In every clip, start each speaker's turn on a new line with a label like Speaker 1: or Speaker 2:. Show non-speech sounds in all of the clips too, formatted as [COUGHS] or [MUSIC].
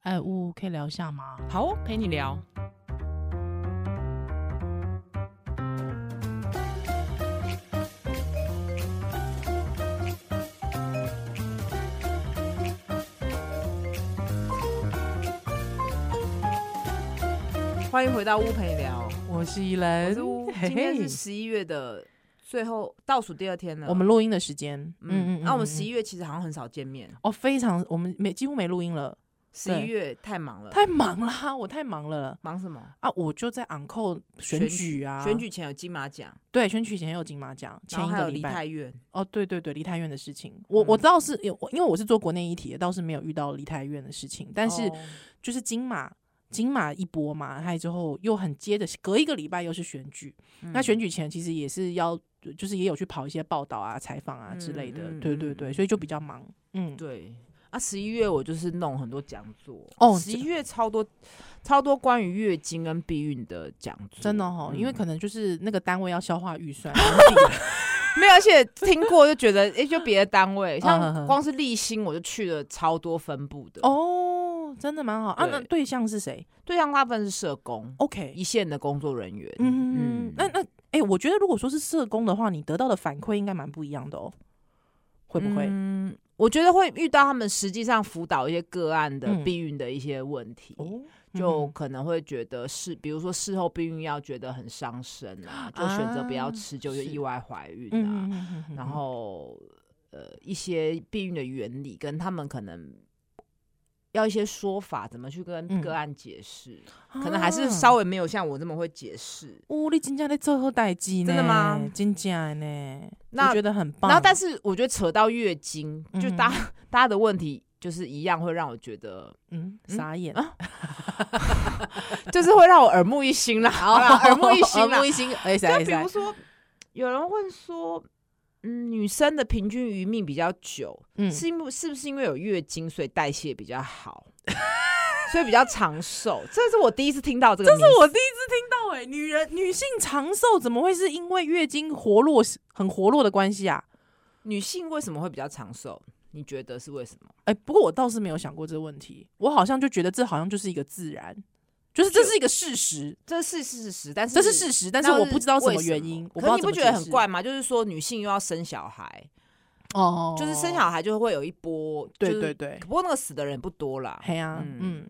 Speaker 1: 哎，呜，可以聊一下吗？
Speaker 2: 好哦，陪你聊。
Speaker 3: 欢迎回到屋陪聊，
Speaker 1: 我是依
Speaker 3: 我
Speaker 1: 人
Speaker 3: 是屋，今天是十一月的最后倒数第二天了。
Speaker 1: 我们录音的时间，嗯嗯，
Speaker 3: 啊那我们十一
Speaker 1: 一
Speaker 3: 月其实好像很少见面，
Speaker 1: 哦，非常，我们没几乎没录音了，
Speaker 3: 十一月太忙了，
Speaker 1: 太忙啦，我太忙了
Speaker 3: 忙什么？
Speaker 1: 啊！我就在昂扣选举啊，
Speaker 3: 选举前有金马奖，
Speaker 1: 对选举前有金马奖，前
Speaker 3: 然
Speaker 1: 一
Speaker 3: 后还有
Speaker 1: 个
Speaker 3: 梨
Speaker 1: 礼拜
Speaker 3: 泰院，
Speaker 1: 哦，对对对，梨泰院的事情，我我
Speaker 3: 嗯
Speaker 1: 倒是有，因为我是做国内议题的，倒是没有遇到梨泰院的事情，但是
Speaker 3: 哦
Speaker 1: 就是金马。金马一波嘛，还有之后又很接着，隔一个礼拜又是选举，
Speaker 3: 嗯
Speaker 1: 那选举前其实也是要，就是也有去跑一些报道啊、采访啊之类的，
Speaker 3: 嗯嗯
Speaker 1: 对对
Speaker 3: 嗯
Speaker 1: 对，
Speaker 3: 嗯
Speaker 1: 所以就比较忙。嗯，
Speaker 3: 对啊，十一月我就是弄很多讲座
Speaker 1: 哦
Speaker 3: 十一月超多超多关于月经跟避孕的讲座，
Speaker 1: 真的哦，
Speaker 3: 嗯
Speaker 1: 因为可能就是那个单位要消化预
Speaker 3: [LAUGHS]
Speaker 1: 算，然后自己来
Speaker 3: 没有，而且听过就觉得， [LAUGHS] 哎、就别的
Speaker 1: [LAUGHS]
Speaker 3: 单位，
Speaker 1: 嗯嗯嗯
Speaker 3: 像光是立新我就去了超多分部的，
Speaker 1: 哦，真的蛮好啊。那
Speaker 3: 对
Speaker 1: 对象是谁
Speaker 3: 对象大部分是社工，
Speaker 1: ？OK，
Speaker 3: 一线的工作人员，
Speaker 1: 嗯，
Speaker 3: 嗯
Speaker 1: 那那哎、我觉得如果说是社工的话，你得到的反馈应该蛮不一样的哦，会不会？
Speaker 3: 嗯，我觉得会遇到他们实际上辅导一些个案的
Speaker 1: 嗯
Speaker 3: 避孕的一些问题。
Speaker 1: 哦，
Speaker 3: 就可能会觉得是，比如说事后避孕药觉得很伤身啊，就选择不要
Speaker 1: 啊
Speaker 3: 吃，就是就意外怀孕
Speaker 1: 嗯
Speaker 3: 啊。
Speaker 1: 嗯嗯嗯
Speaker 3: 然后呃，一些避孕的原理跟他们可能要一些说法，怎么去跟
Speaker 1: 嗯啊
Speaker 3: 个案解释，可能还是稍微没有像我这么会解释。
Speaker 1: 哦，你真正在做好代志呢？
Speaker 3: 真的吗
Speaker 1: 真假呢？
Speaker 3: 那
Speaker 1: 我觉得很棒。
Speaker 3: 然后，但是我觉得扯到月经，就
Speaker 1: 嗯
Speaker 3: 大 [LAUGHS] 家、大家的问题就是一样，会让我觉
Speaker 1: [LAUGHS]
Speaker 3: 得，
Speaker 1: 嗯，
Speaker 3: 嗯
Speaker 1: 傻眼啊！
Speaker 3: 就是会让我耳目一
Speaker 1: [LAUGHS]
Speaker 3: 新啦，好啦哦耳目一新啦
Speaker 1: 哦耳目。一新。哎塞
Speaker 3: 就
Speaker 1: 哎
Speaker 3: 比
Speaker 1: 塞
Speaker 3: 如，说，有人问说，嗯，女生的平均余命比较久，
Speaker 1: 嗯
Speaker 3: 是因为是不是因为有月经，所以代谢比较好， [LAUGHS] 所以比较长寿？这是我第一次听到这个迷思，这
Speaker 1: 我第一次听到哎、女人女性长寿怎么会是因为月经活络很活络的关系啊？
Speaker 3: 女性为什么会比较长寿？你觉得是为什么？
Speaker 1: 哎、不过我倒是没有想过这个问题，我好像就觉得这好像就是一个自然，就是这是一个事实，
Speaker 3: 这是事实，但是
Speaker 1: 这是事实，但是
Speaker 3: 那
Speaker 1: 我不知道什
Speaker 3: 为
Speaker 1: 么
Speaker 3: 什
Speaker 1: 原因，我
Speaker 3: 可
Speaker 1: 知道
Speaker 3: 你
Speaker 1: 怎
Speaker 3: 不
Speaker 1: 么
Speaker 3: 觉得
Speaker 1: 解
Speaker 3: 很
Speaker 1: 释
Speaker 3: 怪吗？就是说女性又要生小孩，
Speaker 1: 哦，
Speaker 3: 就是生小孩就会有一波，
Speaker 1: 对
Speaker 3: 就是
Speaker 1: 对。对，
Speaker 3: 不过那个死的人不多啦，
Speaker 1: 嘿呀、啊，嗯
Speaker 3: 嗯，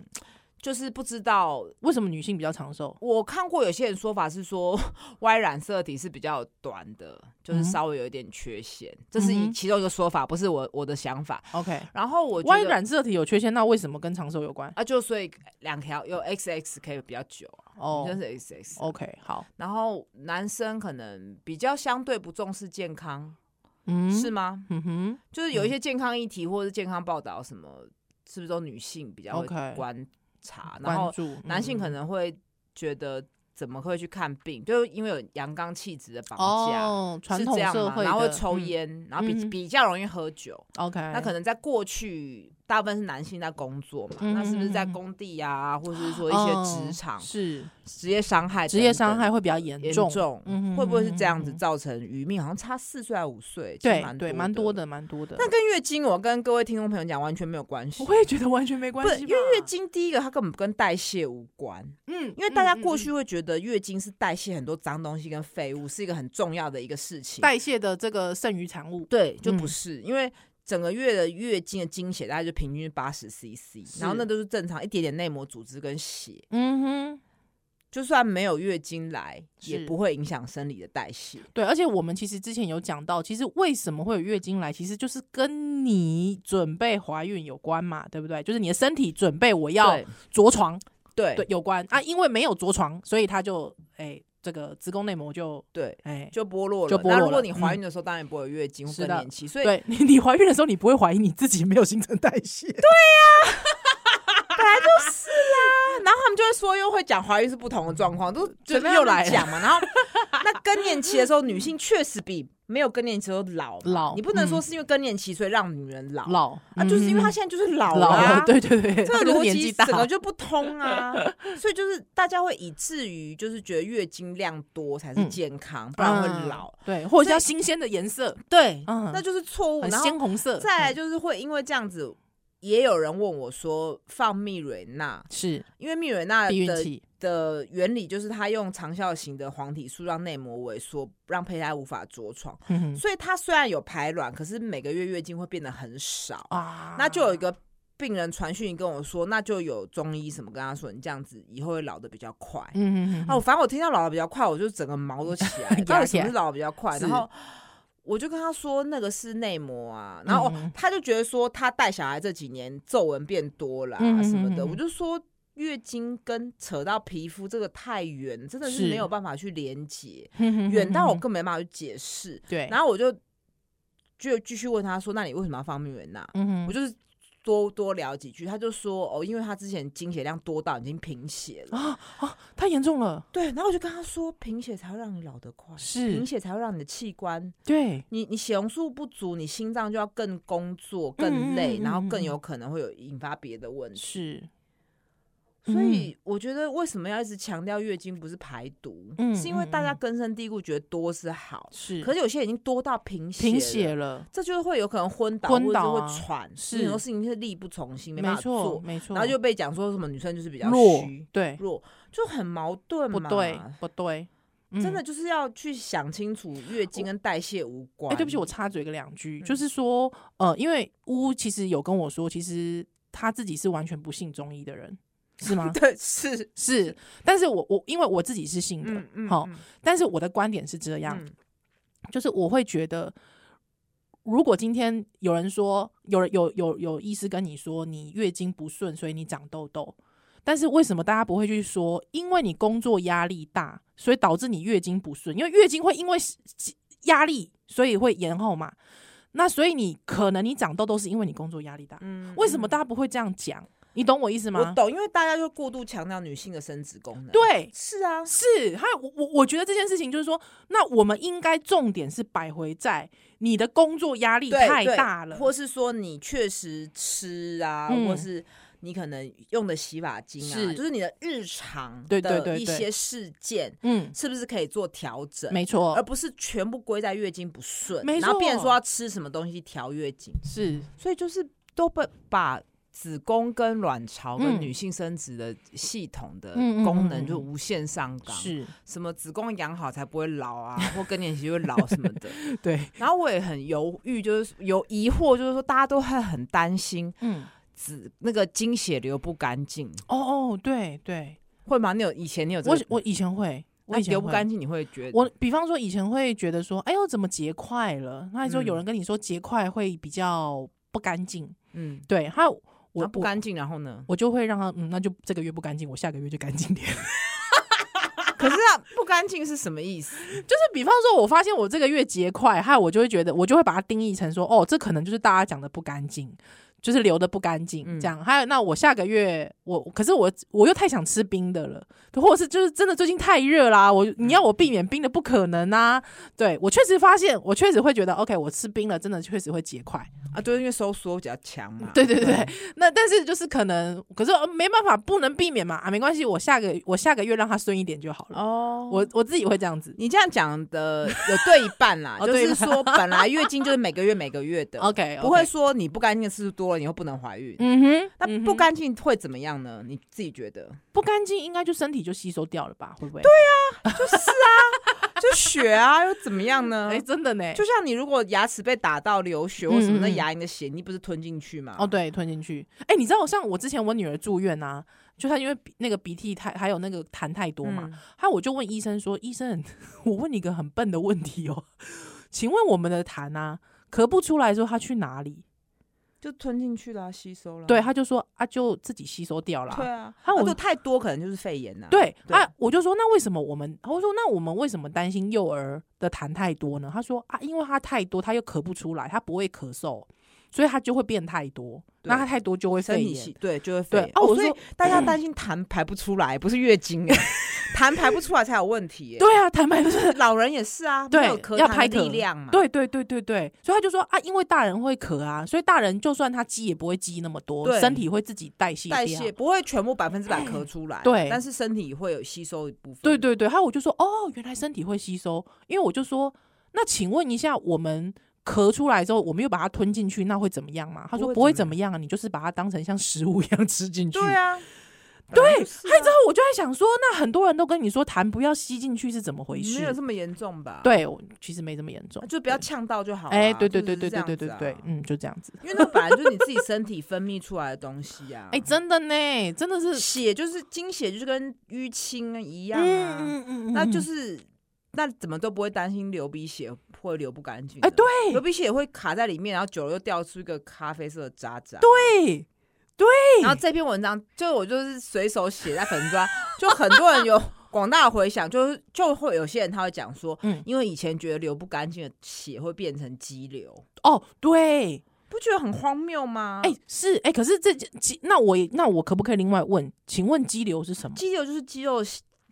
Speaker 3: 就是不知道
Speaker 1: 为什么女性比较长寿？
Speaker 3: 我看过有些人说法是说，Y 染色体是比较短的，就是
Speaker 1: 嗯
Speaker 3: 稍微有一点缺陷，这是
Speaker 1: 嗯
Speaker 3: 一
Speaker 1: 哼
Speaker 3: 其中一个说法，不是我我的想法。
Speaker 1: OK，
Speaker 3: 然后我觉
Speaker 1: 万一
Speaker 3: 得
Speaker 1: 染色体有缺陷，那为什么跟长寿有关？
Speaker 3: 啊，就所以两条有 XX 可以比较久啊，
Speaker 1: 哦
Speaker 3: 女生是 XX，、
Speaker 1: ，OK，好，
Speaker 3: 然后男生可能比较相对不重视健康，
Speaker 1: 嗯，
Speaker 3: 是，吗？
Speaker 1: 嗯哼
Speaker 3: 就是有一些健康议题或者是健康报道什么，是不是都女性比较会
Speaker 1: OK
Speaker 3: 观察，然后
Speaker 1: 关注
Speaker 3: 男性可
Speaker 1: 嗯
Speaker 3: 能会觉得怎么会去看病，就是因为有阳刚气质的绑架。
Speaker 1: 哦，传
Speaker 3: 是
Speaker 1: 统
Speaker 3: 这样
Speaker 1: 社
Speaker 3: 嘛
Speaker 1: 会，
Speaker 3: 然后会
Speaker 1: 的
Speaker 3: 抽
Speaker 1: 嗯
Speaker 3: 烟，然后比、
Speaker 1: 嗯哼
Speaker 3: 比较容易喝酒。
Speaker 1: OK，
Speaker 3: 那可能在过去，大部分是男性在工作嘛，
Speaker 1: 嗯
Speaker 3: 那是不是在
Speaker 1: 嗯嗯嗯
Speaker 3: 工地啊，或者是说一些
Speaker 1: 嗯
Speaker 3: 职场、
Speaker 1: 是
Speaker 3: 职业伤害等等、
Speaker 1: 职业伤害会比较严
Speaker 3: 严
Speaker 1: 重，嗯
Speaker 3: 会不会是这样子
Speaker 1: 嗯嗯嗯
Speaker 3: 造成余命？好像差四岁还五岁，其实
Speaker 1: 对对，蛮多
Speaker 3: 的。
Speaker 1: 的，蛮多的。
Speaker 3: 但跟月经，我跟各位听众朋友讲，完全没有关系。
Speaker 1: 我也觉得完全没关
Speaker 3: 不是，
Speaker 1: 系
Speaker 3: 因
Speaker 1: 吧，
Speaker 3: 为月经第一个它根本跟代谢无关，
Speaker 1: 嗯，
Speaker 3: 因为大家
Speaker 1: 嗯
Speaker 3: 过
Speaker 1: 嗯
Speaker 3: 去会觉得月经是代谢很多脏东西跟废物，是一个很重要的一个事情。
Speaker 1: 代谢的这个剩余产物，
Speaker 3: 对，就
Speaker 1: 嗯
Speaker 3: 不是，因为整个月的月经的经血大概就平均八十 CC，然后那
Speaker 1: 是
Speaker 3: 都是正常一点点内膜组织跟血，
Speaker 1: 嗯哼，
Speaker 3: 就算没有月经来，也
Speaker 1: 是
Speaker 3: 不会影响生理的代谢。
Speaker 1: 对。而且我们其实之前有讲到，其实为什么会有月经来，其实就是跟你准备怀孕有关嘛，对不对？就是你的身体准备我要
Speaker 3: 对
Speaker 1: 着床，
Speaker 3: 对
Speaker 1: 对，有关啊，因为没有着床，所以它就哎，这个子宫内膜就
Speaker 3: 对
Speaker 1: 哎。
Speaker 3: 就剥落了。
Speaker 1: 就剥
Speaker 3: 那
Speaker 1: 落
Speaker 3: 如果
Speaker 1: 了
Speaker 3: 你怀
Speaker 1: 嗯
Speaker 3: 孕的时候，当然不会有月经或
Speaker 1: 是
Speaker 3: 更
Speaker 1: 的
Speaker 3: 年期，所以
Speaker 1: 对你，你怀孕的时候，你不会怀疑你自己没有新陈代谢。
Speaker 3: 然后他们就会说，又会讲怀孕是不同的状况，都
Speaker 1: 怎
Speaker 3: 就
Speaker 1: 么
Speaker 3: 是
Speaker 1: 样
Speaker 3: 又来讲嘛。然后 [LAUGHS] 那更年期的时候，女性确实比没有更年期的时候老嘛
Speaker 1: 老
Speaker 3: 你不能说
Speaker 1: 嗯
Speaker 3: 是因为更年期所以让女人老
Speaker 1: 老
Speaker 3: 啊，就是因为她
Speaker 1: 嗯
Speaker 3: 现在就是老
Speaker 1: 老
Speaker 3: 啊
Speaker 1: 了，对对对，
Speaker 3: 这
Speaker 1: 他
Speaker 3: 个
Speaker 1: 就是
Speaker 3: 逻
Speaker 1: 年
Speaker 3: 辑
Speaker 1: 纪大，
Speaker 3: 整个就不通啊， [LAUGHS] 所以就是大家会以至于就是觉得月经量多才是
Speaker 1: 嗯
Speaker 3: 健康，不然会老。
Speaker 1: 嗯对，或者
Speaker 3: 所
Speaker 1: 叫
Speaker 3: 以
Speaker 1: 新鲜的颜色，
Speaker 3: 对
Speaker 1: 嗯
Speaker 3: 那就是错误。
Speaker 1: 很
Speaker 3: 然后
Speaker 1: 鲜红色，
Speaker 3: 再来
Speaker 1: 嗯
Speaker 3: 就是会因为这样子，也有人问我说，放蜜蕊钠，
Speaker 1: 是
Speaker 3: 因为蜜蕊钠
Speaker 1: 避孕
Speaker 3: 的
Speaker 1: 器，
Speaker 3: 的原理就是它用长效型的黄体素让内膜萎缩，让胚胎无法着床。
Speaker 1: 嗯哼
Speaker 3: 所以它虽然有排卵，可是每个月月经会变得很少。
Speaker 1: 啊，
Speaker 3: 那就有一个病人传讯跟我说，那就有中医什么跟他说，你这样子以后会老的比较快。
Speaker 1: 嗯嗯
Speaker 3: 啊，我反正我听到老的比较快，我就整个毛都起来
Speaker 1: [LAUGHS] 牙
Speaker 3: 了。到底
Speaker 1: 起
Speaker 3: 什
Speaker 1: 来
Speaker 3: 么是老的比较快？
Speaker 1: 是
Speaker 3: 然后我就跟他说那个是内膜啊，然后、哦
Speaker 1: 嗯
Speaker 3: 他就觉得说他带小孩这几年皱纹变多了、
Speaker 1: 嗯
Speaker 3: 啊、什么的，
Speaker 1: 嗯嗯嗯
Speaker 3: 我就说。月经跟扯到皮肤这个太远，真的
Speaker 1: 是嗯
Speaker 3: 是没有办法去连接，
Speaker 1: 哼
Speaker 3: 远到我
Speaker 1: 哼
Speaker 3: 根本没办法去解释。
Speaker 1: 对，
Speaker 3: 然后我就就继续问他说：“那你为什么要放蜜源钠？”
Speaker 1: 嗯哼
Speaker 3: 我就是多多聊几句，他就说哦，因为他之前经血量多到已经贫血了，
Speaker 1: 啊啊，太严重了，
Speaker 3: 对，然后我就跟他说，贫血才会让你老得快，贫
Speaker 1: 是
Speaker 3: 血才会让你的器官，
Speaker 1: 对，
Speaker 3: 你你血红素不足，你心脏就要更工作、更累，
Speaker 1: 嗯嗯嗯
Speaker 3: 然后
Speaker 1: 嗯
Speaker 3: 更
Speaker 1: 嗯
Speaker 3: 有可能会有引发别的问题。
Speaker 1: 是，
Speaker 3: 所
Speaker 1: 嗯
Speaker 3: 以我觉得为什么要一直强调月经不是排毒，
Speaker 1: 嗯
Speaker 3: 是因为大家
Speaker 1: 嗯嗯
Speaker 3: 根深蒂固觉得多是好，
Speaker 1: 是，
Speaker 3: 可是有些人已经多到贫血，
Speaker 1: 贫血。了，
Speaker 3: 这就是会有可能昏倒，
Speaker 1: 昏倒
Speaker 3: 或
Speaker 1: 啊
Speaker 3: 者是会喘，
Speaker 1: 是
Speaker 3: 很多事情是力不从心，没
Speaker 1: 没
Speaker 3: 办法做
Speaker 1: 错，。没错，
Speaker 3: 然后就被讲说什么女生就是比较
Speaker 1: 弱
Speaker 3: 虚，
Speaker 1: 对，
Speaker 3: 弱，就很矛盾
Speaker 1: 不
Speaker 3: 嘛。
Speaker 1: 对，不对，嗯
Speaker 3: 真的就是要去想清楚，月经跟代谢无关。
Speaker 1: 哎、对不起，我插嘴个两句，就
Speaker 3: 嗯？
Speaker 1: 是说，呃，因为乌其实有跟我说，其实他自己是完全不信中医的人，是 [LAUGHS] 吗
Speaker 3: [LAUGHS] 对是，
Speaker 1: 是，但是我我因为我自己是信的，好、但是我的观点是这样，
Speaker 3: 嗯
Speaker 1: 就是我会觉得，如果今天有人说，有人有有有医师跟你说你月经不顺，所以你长痘痘，但是为什么大家不会去说，因为你工作压力大，所以导致你月经不顺？因为月经会因为压力，所以会延后嘛。那所以你可能你长痘痘是因为你工作压力大，
Speaker 3: 嗯
Speaker 1: 为什么
Speaker 3: 嗯
Speaker 1: 大家不会这样讲？你懂我意思
Speaker 3: 我
Speaker 1: 吗？
Speaker 3: 懂，因为大家就过度强调女性的生殖功能。，
Speaker 1: 对，
Speaker 3: 是啊，
Speaker 1: 是，还有我我我觉得这件事情就是说，那我们应该重点是摆回在你的工作压力
Speaker 3: 对
Speaker 1: 太
Speaker 3: 对
Speaker 1: 大了，
Speaker 3: 或是说你确实吃啊，
Speaker 1: 嗯
Speaker 3: 或是你可能用的洗发精啊，
Speaker 1: 是
Speaker 3: 就是你的日常
Speaker 1: 对对
Speaker 3: 的
Speaker 1: 对
Speaker 3: 一
Speaker 1: 对
Speaker 3: 些事件，
Speaker 1: 嗯，
Speaker 3: 是不是可以做调整？
Speaker 1: 没
Speaker 3: 而
Speaker 1: 错，
Speaker 3: 不是全部归在月经不顺，
Speaker 1: 没
Speaker 3: 然后
Speaker 1: 错
Speaker 3: 变成说要吃什么东西调月经，
Speaker 1: 是
Speaker 3: 所以就是都把把子宫跟卵巢跟
Speaker 1: 嗯
Speaker 3: 女性生殖的系统的
Speaker 1: 嗯嗯
Speaker 3: 功
Speaker 1: 嗯嗯
Speaker 3: 能
Speaker 1: 嗯
Speaker 3: 就无限上纲，
Speaker 1: 是，
Speaker 3: 什么子宫养好才不会老啊，或更年期就会老什么
Speaker 1: [LAUGHS]
Speaker 3: 的。
Speaker 1: 对，
Speaker 3: 然后我也很犹豫，就是有疑惑，就是说大家都会很担心
Speaker 1: 嗯，
Speaker 3: 子那个经血流不干净，
Speaker 1: 哦哦，对对，
Speaker 3: 会吗？你有以前你有这
Speaker 1: 我
Speaker 3: 个
Speaker 1: 我以前会，我
Speaker 3: 那
Speaker 1: 以前
Speaker 3: 流不
Speaker 1: 会
Speaker 3: 干净，你会觉得
Speaker 1: 我比方说以前会觉得说，哎呦怎么结块了？那时候有
Speaker 3: 嗯
Speaker 1: 人跟你说结块会比较不干净，
Speaker 3: 嗯，
Speaker 1: 对，还有
Speaker 3: 我
Speaker 1: 我
Speaker 3: 不
Speaker 1: 我
Speaker 3: 干净，然后呢？
Speaker 1: 我就会让他，嗯，那就这个月不干净，我下个月就干净点。
Speaker 3: 可是啊，不干净是什么意思？
Speaker 1: 就是比方说，我发现我这个月结块，还有我就会觉得，我就会把它定义成说，哦，这可能就是大家讲的不干净，就是流的不干净
Speaker 3: 嗯
Speaker 1: 这样。还有，那我下个月我，可是我我又太想吃冰的了，或者是就是真的最近太热啦，我你要
Speaker 3: 嗯
Speaker 1: 我避免冰的不可能啊。对我确实发现，我确实会觉得，OK，我吃冰了，真的确实会结块。
Speaker 3: 啊，对，因为收缩比较强嘛。
Speaker 1: [LAUGHS] 对对对，对，那但是就是可能，可是呃没办法，不能避免嘛啊，没关系，我下个我下个月让它顺一点就好了。
Speaker 3: 哦，
Speaker 1: 我我自己会这样子。，
Speaker 3: 你这样讲的有对一半
Speaker 1: [LAUGHS]
Speaker 3: 啦
Speaker 1: 哦
Speaker 3: 就
Speaker 1: 对一
Speaker 3: 是
Speaker 1: 半哦
Speaker 3: 说本来月经就是每个月每个月的
Speaker 1: OK，
Speaker 3: 不会，说你不干净的次数多了，你又不能怀孕。
Speaker 1: 嗯哼，
Speaker 3: 那
Speaker 1: 嗯
Speaker 3: 不
Speaker 1: 哼
Speaker 3: 干净会怎么样呢？你自己觉得？
Speaker 1: 不干净，应该就身体就吸收掉了吧？会不会？对，
Speaker 3: 就血啊，又怎么样呢
Speaker 1: 哎、？真的呢。
Speaker 3: 就像你如果牙齿被打到流血或什么，
Speaker 1: 嗯嗯
Speaker 3: 那
Speaker 1: 嗯
Speaker 3: 牙龈的血你不是吞进去吗？
Speaker 1: 哦，，对，吞进去。哎、你知道，像我之前我女儿住院啊，就她因为鼻那个鼻涕太，还有那个痰太多嘛，
Speaker 3: 嗯
Speaker 1: 还有我就问医生说：“医生， [LAUGHS] 我问你一个很笨的问题哦，请问我们的痰啊，咳不出来的时候，它去哪里
Speaker 3: 就吞进去了啊，吸收了啊。
Speaker 1: 对，他就说啊，就自己吸收掉了啊。
Speaker 3: 对啊，
Speaker 1: 啊我
Speaker 3: 如果太多可能就是肺炎呐。
Speaker 1: 对，
Speaker 3: 对
Speaker 1: 啊，我就说那为什么我们？我说那我们为什么担心幼儿的痰太多呢？他说啊，因为他太多，他又咳不出来，他不会咳嗽，所以他就会变太多。那
Speaker 3: 对
Speaker 1: 他太多就会
Speaker 3: 身
Speaker 1: 肺
Speaker 3: 体
Speaker 1: 炎
Speaker 3: 系。对就会肺
Speaker 1: 对
Speaker 3: 炎。
Speaker 1: 啊
Speaker 3: 哦，
Speaker 1: 我
Speaker 3: 所以
Speaker 1: 说
Speaker 3: 大家担心痰排不出来，不是月经
Speaker 1: [LAUGHS]
Speaker 3: 欸，痰排不出来才有问题欸。
Speaker 1: 对啊，坦白
Speaker 3: [LAUGHS]
Speaker 1: 就是，
Speaker 3: 老人也是啊，
Speaker 1: 对
Speaker 3: 没有咳
Speaker 1: 要
Speaker 3: 痰
Speaker 1: 拍
Speaker 3: 力
Speaker 1: 嗝
Speaker 3: 量嘛。
Speaker 1: 对对对对对，所以他就说啊，因为大人会咳啊，所以大人就算他积也不会积那么多，
Speaker 3: 对
Speaker 1: 身体会自己代谢
Speaker 3: 代
Speaker 1: 掉
Speaker 3: 谢不会全部百分之百咳出来，
Speaker 1: [CLEARS THROAT] 对
Speaker 3: 但是身体会有吸收一部分。
Speaker 1: 对，对对，还有我就说哦，原来身体会吸收，因为我就说，那请问一下，我们咳出来之后，我们又把它吞进去，那会怎么样吗？他说
Speaker 3: 不会
Speaker 1: 不会
Speaker 3: 怎
Speaker 1: 怎
Speaker 3: 么
Speaker 1: 么样啊，你就是把它当成像食物一样吃进去。
Speaker 3: 对啊，
Speaker 1: 对
Speaker 3: 对，还
Speaker 1: 然后我就在想说，那很多人都跟你说痰不要吸进去是怎么回
Speaker 3: 没有
Speaker 1: 事？
Speaker 3: 这么严重吧？，
Speaker 1: 对，我其实没这么严重，
Speaker 3: 就不要
Speaker 1: 对。
Speaker 3: 呛到就好啦。
Speaker 1: 哎，对对
Speaker 3: 就
Speaker 1: 对
Speaker 3: 是
Speaker 1: 对
Speaker 3: 这
Speaker 1: 对
Speaker 3: 样
Speaker 1: 对
Speaker 3: 子
Speaker 1: 对
Speaker 3: 啊
Speaker 1: 对，嗯，就这样子。
Speaker 3: 因为那本来就是你自己身体分泌出来的东西啊。
Speaker 1: 哎，真的呢，真的 [LAUGHS] 是，
Speaker 3: 血就是经血，就是跟淤青一样啊，
Speaker 1: 嗯嗯嗯
Speaker 3: 那就
Speaker 1: 嗯
Speaker 3: 是。那怎么都不会担心流鼻血会流不干净呢？
Speaker 1: 哎，对
Speaker 3: 流鼻血会卡在里面，然后久了又掉出一个咖啡色的渣渣。
Speaker 1: 对，[LAUGHS]
Speaker 3: 然后这篇文章就我就是随手写在粉丝专，就很多人有
Speaker 1: [LAUGHS]
Speaker 3: 广大的回响，就是就会有些人他会讲说，
Speaker 1: 嗯
Speaker 3: 因为以前觉得流不干净的血会变成肌瘤，
Speaker 1: 哦对，
Speaker 3: 不觉得很荒谬吗？
Speaker 1: 哎、是哎、可是这肌那我也那我可不可以另外问？请问肌瘤是什么？
Speaker 3: 肌瘤就是肌肉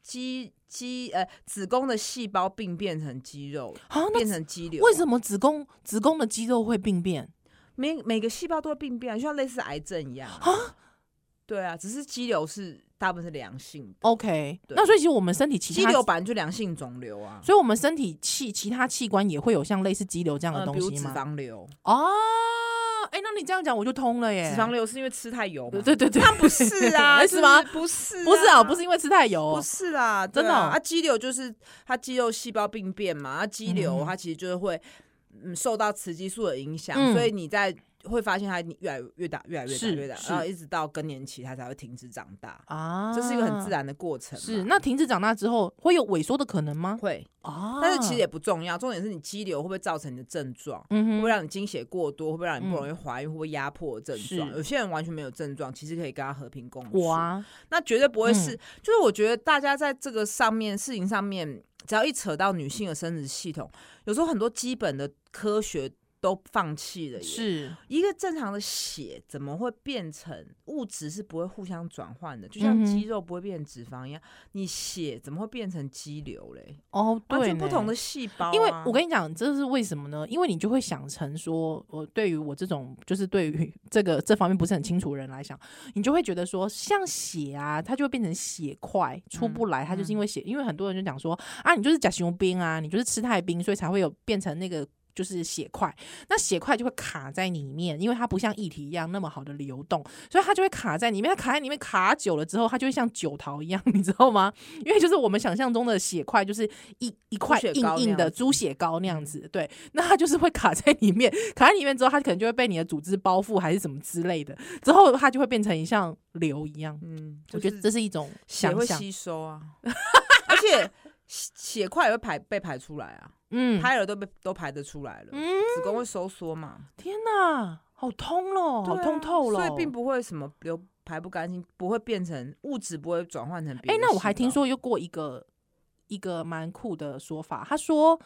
Speaker 3: 肌肌呃子宫的细胞病变成肌肉，
Speaker 1: 啊，那
Speaker 3: 变成肌瘤啊，
Speaker 1: 为什么子宫子宫的肌肉会病变？
Speaker 3: 每每个细胞都会病变啊，就像类似癌症一样啊？对啊，只是肌瘤是大部分是良性的，
Speaker 1: OK，
Speaker 3: 对
Speaker 1: 那所以其实我们身体其
Speaker 3: 肌
Speaker 1: 他，
Speaker 3: 瘤本来就良性肿瘤啊，
Speaker 1: 所以我们身体器其他器官也会有像类似肌瘤这样的
Speaker 3: 嗯，比
Speaker 1: 东
Speaker 3: 如
Speaker 1: 西
Speaker 3: 脂
Speaker 1: 吗？
Speaker 3: 肪瘤，
Speaker 1: 哦，哎、那你这样讲我就通了耶。
Speaker 3: 脂肪瘤是因为吃太油嘛
Speaker 1: 对，对对对，
Speaker 3: 那不 [LAUGHS] 是啊，
Speaker 1: [LAUGHS] 哎
Speaker 3: 就是
Speaker 1: 吗？
Speaker 3: 不是，
Speaker 1: 不是啊，不是。因为吃太油
Speaker 3: 不
Speaker 1: 哦，
Speaker 3: 是啦，
Speaker 1: 真的
Speaker 3: 对啊
Speaker 1: 哦
Speaker 3: 啊，肌瘤就是它肌肉细胞病变嘛，啊，肌瘤
Speaker 1: 嗯
Speaker 3: 它其实就是会嗯受到雌激素的影响，
Speaker 1: 嗯
Speaker 3: 所以你在会发现它越来越大，越来越大，
Speaker 1: 是
Speaker 3: 越大，
Speaker 1: 是
Speaker 3: 然后一直到更年期它才会停止长大，
Speaker 1: 啊，
Speaker 3: 这是一个很自。然的过程嘛。
Speaker 1: 是，那停止长大之后会有萎缩的可能吗？
Speaker 3: 会，
Speaker 1: 啊，
Speaker 3: 但是其实也不重要，重点是你肌瘤会不会造成你的症状。会
Speaker 1: 嗯
Speaker 3: 不会
Speaker 1: 哼，
Speaker 3: 让你经血过多？会不会让你不容易怀孕？会不会压迫的症状？
Speaker 1: 是
Speaker 3: 有些人完全没有症状，其实可以跟他和平共处。
Speaker 1: 我啊，
Speaker 3: 那绝对不会是，
Speaker 1: 嗯
Speaker 3: 就是我觉得大家在这个上面事情上面，只要一扯到女性的生殖系统，有时候很多基本的科学都放弃了耶。
Speaker 1: 是
Speaker 3: 一个正常的血怎么会变成物质是不会互相转换的？就像
Speaker 1: 嗯哼
Speaker 3: 肌肉不会变成脂肪一样，你血怎么会变成肌瘤嘞？
Speaker 1: 哦，对
Speaker 3: 完全不
Speaker 1: 呢
Speaker 3: 同的细胞啊、
Speaker 1: 因为我跟你讲，这是为什么呢？因为你就会想成说，我对于我这种就是对于这个这方面不是很清楚的人来讲，你就会觉得说，像血啊，它就会变成血块出不来，它就是因为血，因为很多人就讲说啊，你就是假熊冰啊，你就是吃太冰，所以才会有变成那个。就是血块，那血块就会卡在里面，因为它不像液体一样那么好的流动，所以它就会卡在里面。它卡在里面卡久了之后，它就会像酒桃一样，你知道
Speaker 3: [LAUGHS]
Speaker 1: 吗？因为就是我们想象中的血块，就是一一块
Speaker 3: 猪血
Speaker 1: 硬
Speaker 3: 糕
Speaker 1: 硬
Speaker 3: 那样
Speaker 1: 的
Speaker 3: 子嗯
Speaker 1: 猪血糕那样子。对， [LAUGHS] 那它就是会卡在里面，卡在里面之后，它可能就会被你的组织包覆，还是什么之类的。之后它就会变成像瘤一样。
Speaker 3: 嗯，
Speaker 1: 我觉得这是一种
Speaker 3: 血
Speaker 1: 想
Speaker 3: 会
Speaker 1: 象，
Speaker 3: 吸收啊， [LAUGHS] 而且血血块也会排被排出来啊，
Speaker 1: 嗯，
Speaker 3: 胎儿都被都排得出来了，
Speaker 1: 嗯
Speaker 3: 子宫会收缩嘛，
Speaker 1: 天哪，好痛喽，好
Speaker 3: 对啊
Speaker 1: 痛透了，哦
Speaker 3: 所以并。不会什么流排不干净，不会变成物质不会转换成别
Speaker 1: 哎、
Speaker 3: 的。
Speaker 1: 那我还听，说有过一个一个蛮酷的说法，他说，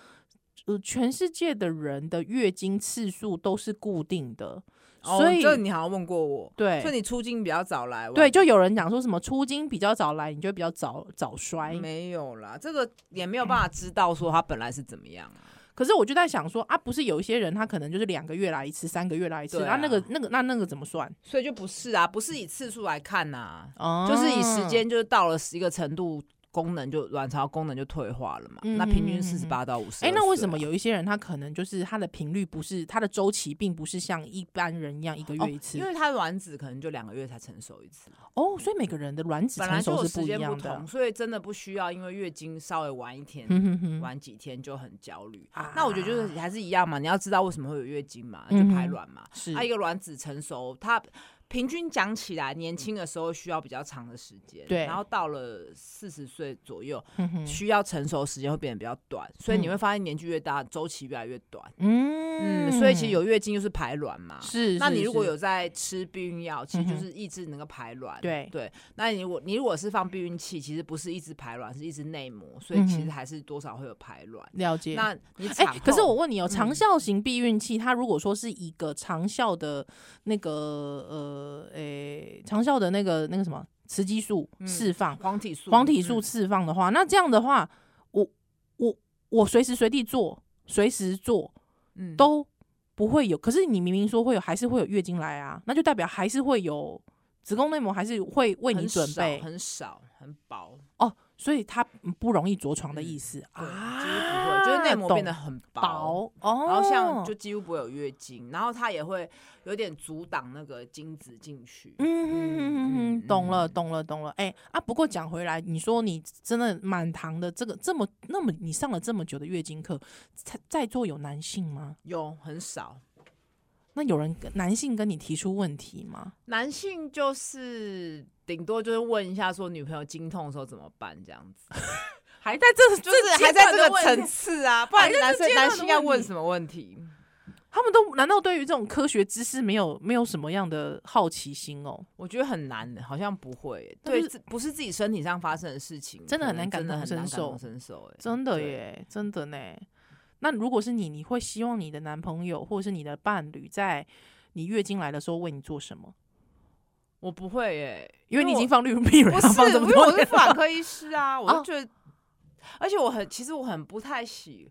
Speaker 1: 呃，全世界的人的月经次数都是固定的，
Speaker 3: 哦
Speaker 1: 所以
Speaker 3: 这你好像问过我，
Speaker 1: 对
Speaker 3: 所以你出镜比较早来，
Speaker 1: 对，就有人讲说什么出经比较早来，你就会比较早早衰
Speaker 3: 我。没有啦，这个也没有办法知道说它本来是怎
Speaker 1: [COUGHS]
Speaker 3: 么样啊。
Speaker 1: 可是我就在想说啊，不是有一些人他可能就是两个月来一次，三个月来一次，
Speaker 3: 对
Speaker 1: 那、
Speaker 3: 啊
Speaker 1: 那个那个那那个怎么算？
Speaker 3: 所以就不是啊，不是以次数来看呐、
Speaker 1: 哦
Speaker 3: 就是以时，间，就是到了一个程度，功能就卵巢功能就退化了嘛。
Speaker 1: 嗯
Speaker 3: 那平
Speaker 1: 嗯嗯
Speaker 3: 均
Speaker 1: 嗯
Speaker 3: 四十八到五十。啊
Speaker 1: 哎、那为什么有一些人他可能就是他的频率不是他的周期，并不是像一般人一样一个
Speaker 3: 哦
Speaker 1: 月一次
Speaker 3: 因为它卵子可能就两个月才成熟一次，
Speaker 1: 哦所以每个人的卵子
Speaker 3: 本来
Speaker 1: 成
Speaker 3: 就有
Speaker 1: 熟是
Speaker 3: 时
Speaker 1: 不一
Speaker 3: 间
Speaker 1: 样的
Speaker 3: 同，。所以真的不需要，因为月经稍微晚一天、
Speaker 1: 嗯哼哼，
Speaker 3: 晚几天就很焦虑。
Speaker 1: 啊
Speaker 3: 那我觉得就是还是一样嘛，你要知道为什么会有月经嘛，就
Speaker 1: 嗯哼
Speaker 3: 排卵嘛。
Speaker 1: 是
Speaker 3: 啊，一个卵子成熟，它平均讲起来，年轻的时候需要比较长的时间，
Speaker 1: 对
Speaker 3: 然后到了四十岁左右，
Speaker 1: 嗯哼
Speaker 3: 需要成熟时间会变得比较短，所以你
Speaker 1: 嗯
Speaker 3: 会发现年纪越大，周期越来越短。
Speaker 1: 嗯
Speaker 3: 嗯，所以其实有月经就是排卵嘛。
Speaker 1: 是，
Speaker 3: 那你
Speaker 1: 是
Speaker 3: 如果
Speaker 1: 是
Speaker 3: 有在吃避孕药，其实就
Speaker 1: 嗯哼
Speaker 3: 是抑制那个排卵。
Speaker 1: 对
Speaker 3: 对，那你如果你如果是放避孕器，其实不是抑制排卵，是抑制内膜，所以
Speaker 1: 嗯
Speaker 3: 其
Speaker 1: 哼
Speaker 3: 实还是多少会有排卵。
Speaker 1: 了解，
Speaker 3: 那你
Speaker 1: 哎、
Speaker 3: 产后、
Speaker 1: 可是我问你哦，长
Speaker 3: 嗯
Speaker 1: 效型避孕器，它如果说是一个长效的那个呃，诶、长效的那个那个什么雌激素
Speaker 3: 嗯
Speaker 1: 释放、
Speaker 3: 黄体素，
Speaker 1: 黄体素
Speaker 3: 嗯
Speaker 1: 释放的话，那这样的话，我我我随时随地做，随时做
Speaker 3: 嗯
Speaker 1: 都不会有。可是你明明说会有，还是会有月经来啊，那就代表还是会有子宫内膜，还是会为你
Speaker 3: 很
Speaker 1: 准
Speaker 3: 少
Speaker 1: 备
Speaker 3: 很少很薄，
Speaker 1: 哦。所以它不容易着床的意思、
Speaker 3: 嗯对，
Speaker 1: 啊，
Speaker 3: 几乎不会，就是内膜变得
Speaker 1: 懂
Speaker 3: 很薄。
Speaker 1: 薄哦，
Speaker 3: 然后像就几乎不会有月经，然后它也会有点阻挡那个精子进去。
Speaker 1: 嗯，嗯嗯嗯
Speaker 3: 嗯
Speaker 1: 嗯，懂了，
Speaker 3: 嗯
Speaker 1: 懂了，懂了。哎、啊，不过讲回来，你说你真的满堂的这个这么那么，你上了这么久的月经课，在在座有男性吗？
Speaker 3: 有很少，
Speaker 1: 那有人跟男性跟你提出问题吗？
Speaker 3: 男性就是顶多就是问一下说女朋友经痛的时候怎么办这样子，
Speaker 1: 还在这
Speaker 3: 就是还在这个层，次啊，不然
Speaker 1: 还在这
Speaker 3: 男生
Speaker 1: 阶段
Speaker 3: 男
Speaker 1: 的
Speaker 3: 性要
Speaker 1: 问
Speaker 3: 问
Speaker 1: 题
Speaker 3: 什么问题？
Speaker 1: 他们都难道对于这种科学知识没有没有什么样的好奇心哦？
Speaker 3: 我觉得很难，好像不会耶，
Speaker 1: 但是
Speaker 3: 对，自不是自己身体上发生的事情，
Speaker 1: 真的
Speaker 3: 可
Speaker 1: 很
Speaker 3: 能
Speaker 1: 难感
Speaker 3: 真的
Speaker 1: 同
Speaker 3: 很
Speaker 1: 身
Speaker 3: 难感
Speaker 1: 受
Speaker 3: 同身受，哎，
Speaker 1: 真的
Speaker 3: 对。
Speaker 1: 耶，真的呢。那如果是你，你会希望你的男朋友或者是你的伴侣在你月经来的时候为你做什么？
Speaker 3: 我不会耶，
Speaker 1: 因为你已
Speaker 3: 我
Speaker 1: 经放绿屁了，
Speaker 3: 不是，
Speaker 1: 放这
Speaker 3: 因
Speaker 1: 么
Speaker 3: 为
Speaker 1: 多
Speaker 3: 我
Speaker 1: 年
Speaker 3: 是
Speaker 1: 了 [LAUGHS]
Speaker 3: 妇产科医师啊，我
Speaker 1: 哦
Speaker 3: 就觉得，而且我很，其实我很不太喜，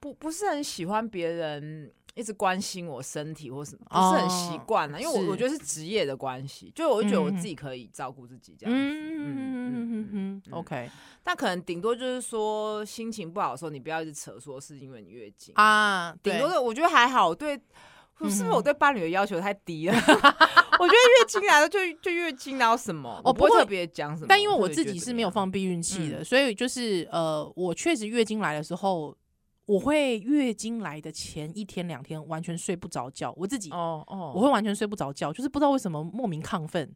Speaker 3: 不不是很喜欢别人一直关心我身体或什么，不是很习
Speaker 1: 哦
Speaker 3: 惯啊，因为我
Speaker 1: 是
Speaker 3: 我觉得是职业的关系，就我就觉得我
Speaker 1: 嗯嗯
Speaker 3: 自己可以照顾自己这样子，嗯嗯嗯嗯。
Speaker 1: 嗯嗯嗯嗯，OK
Speaker 3: 但可能顶多就是说心情不好的时候，你不要一直扯说是因为你月经
Speaker 1: 啊，
Speaker 3: 顶
Speaker 1: 对
Speaker 3: 多的我觉得还好，我对。
Speaker 1: 嗯
Speaker 3: 是不是我对伴侣的要求太低了？ [LAUGHS] 我觉得月经来了就就月经，然后什么？我
Speaker 1: 哦
Speaker 3: 不会
Speaker 1: 不过
Speaker 3: 特别讲什么。
Speaker 1: 但因为
Speaker 3: 特
Speaker 1: 我
Speaker 3: 别
Speaker 1: 自
Speaker 3: 觉
Speaker 1: 己
Speaker 3: 得
Speaker 1: 是没有放避孕器的，所以就是呃，我确实月经来的时候，我会月经来的前一天两天完全睡不着觉，我自己、
Speaker 3: 哦哦，
Speaker 1: 我会完全睡不着觉，就是不知道为什么莫名亢奋，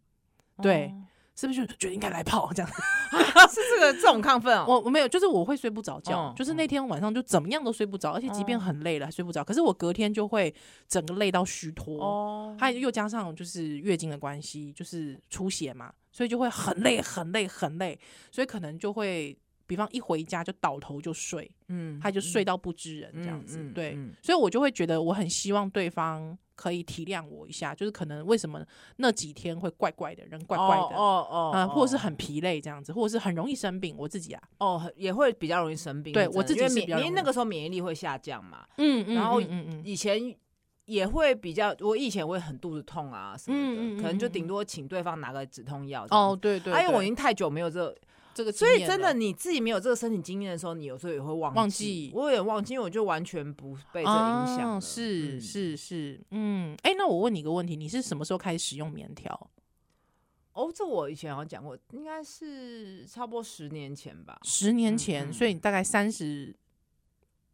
Speaker 1: 对
Speaker 3: 哦
Speaker 1: 是不是就觉得应该来泡这样？
Speaker 3: 是这个这种亢奋哦。
Speaker 1: 我我没有，就是我会睡不着觉，
Speaker 3: 嗯
Speaker 1: 就是那天晚上就怎么样都睡不着，而且即便
Speaker 3: 哦
Speaker 1: 很累了还睡不着，可是我隔天就会整个累到虚脱。
Speaker 3: 哦
Speaker 1: 还有又加上就是月经的关系，就是出血嘛，所以就会很累、很累、很累，所以可能就会，比方一回家就倒头就睡，
Speaker 3: 嗯
Speaker 1: 他就睡到不知人
Speaker 3: 嗯
Speaker 1: 这样子，
Speaker 3: 嗯
Speaker 1: 对，
Speaker 3: 嗯
Speaker 1: 所以我就会觉得我很希望对方可以体谅我一下，就是可能为什么那几天会怪怪的，人怪怪的，
Speaker 3: 哦哦，
Speaker 1: 呃，
Speaker 3: 哦
Speaker 1: 或者是很疲累这样子，或者是很容易生病，我自己啊，
Speaker 3: 哦，很也会比较容易生病。
Speaker 1: 对
Speaker 3: 真的
Speaker 1: 我自己
Speaker 3: 因为
Speaker 1: 是
Speaker 3: 免
Speaker 1: 比较容易
Speaker 3: 因为那个时候免疫力会下降嘛，
Speaker 1: 嗯嗯
Speaker 3: 然后
Speaker 1: 嗯嗯嗯
Speaker 3: 以前也会比较，我以前会很肚子痛啊什
Speaker 1: 嗯嗯
Speaker 3: 么
Speaker 1: 嗯
Speaker 3: 的，可能就
Speaker 1: 嗯
Speaker 3: 顶多请对方拿个止痛药这样
Speaker 1: 哦，对对
Speaker 3: 子。哎，因为我
Speaker 1: 对
Speaker 3: 已经太久没有这个
Speaker 1: 这个经
Speaker 3: 所以
Speaker 1: 验
Speaker 3: 真的，
Speaker 1: 了
Speaker 3: 你自己没有这个身体经验的时候，你有时候也会忘
Speaker 1: 忘记
Speaker 3: 我有点忘记，因为我就完全不被这影响了、
Speaker 1: 哦是
Speaker 3: 嗯
Speaker 1: 是是，嗯，哎、那我问你一个问题，你是什么时候开始使用棉条？
Speaker 3: 哦，这我以前好像讲过，应该是差不多十年前吧。
Speaker 1: 十年
Speaker 3: 嗯
Speaker 1: 前，
Speaker 3: 嗯
Speaker 1: 所以你大概三十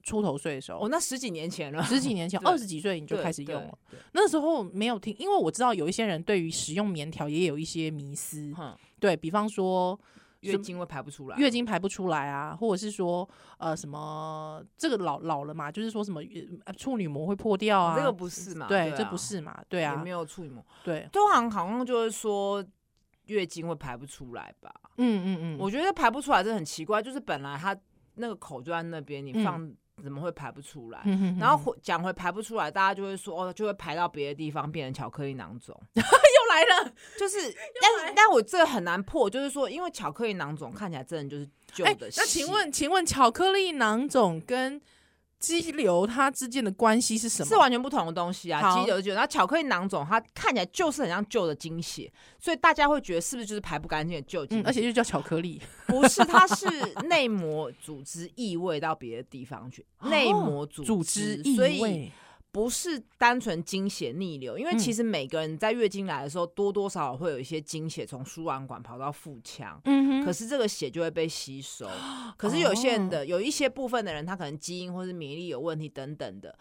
Speaker 1: 出头岁的时候，
Speaker 3: 哦，那十几年前了，
Speaker 1: 十几年前，
Speaker 3: 对
Speaker 1: 二十几岁你就
Speaker 3: 对
Speaker 1: 开始用了。。
Speaker 3: 对对
Speaker 1: 那时候没有听，因为我知道有一些人对于使用棉条也有一些迷思，
Speaker 3: 哼，
Speaker 1: 对比方说呃
Speaker 3: 月
Speaker 1: 嗯什么
Speaker 3: 经会排不出来，
Speaker 1: 月经排不出来啊，或者是说呃什么这个老老了嘛，就是说什么呃处女膜会破掉啊，
Speaker 3: 这个不是嘛？
Speaker 1: 对，
Speaker 3: 啊
Speaker 1: 这不是嘛，对
Speaker 3: 也
Speaker 1: 啊
Speaker 3: 没，有处女膜，
Speaker 1: 对，
Speaker 3: 通常好像就是说月经会排不出来吧？
Speaker 1: 嗯嗯嗯，
Speaker 3: 我觉得排不出来这很奇怪，就是本来它那个口就在那边，你
Speaker 1: 嗯
Speaker 3: 放、怎么会排不出来？
Speaker 1: 嗯哼哼
Speaker 3: 然后
Speaker 1: 哼
Speaker 3: 回讲回排不出来，大家就会说哦，就会排到别的地方，变成巧克力囊肿。
Speaker 1: [LAUGHS] 又来了，
Speaker 3: 就是，但但我这很难破，就是说，因为巧克力囊肿看起来真的就是旧
Speaker 1: 哎，
Speaker 3: 的、
Speaker 1: 那请，问，请问巧克力囊肿跟肌瘤它之间的关系是什啊么？
Speaker 3: 是完全不同的东西啊，
Speaker 1: 好
Speaker 3: 肌瘤就然后巧克力囊肿它看起来就是很像旧的精血，所以大家会觉得是不是就是排不干净的旧精
Speaker 1: 嗯
Speaker 3: 血？，
Speaker 1: 而且就叫巧克力。
Speaker 3: 不是，它是内膜组织异位到别的地方去，
Speaker 1: 哦
Speaker 3: 内膜组
Speaker 1: 组织
Speaker 3: 织，
Speaker 1: 异
Speaker 3: 所以
Speaker 1: 味，
Speaker 3: 不是单纯经血逆流，因为
Speaker 1: 嗯
Speaker 3: 其实每个人在月经来的时候，多多少少会有一些经血从输卵管跑到腹腔。
Speaker 1: 嗯哦
Speaker 3: 可
Speaker 1: 是
Speaker 3: 是这个血就会被吸收，
Speaker 1: [GASPS]
Speaker 3: 可是有些人的有一些部分的人，他可能基因或是免疫力有问题等等的，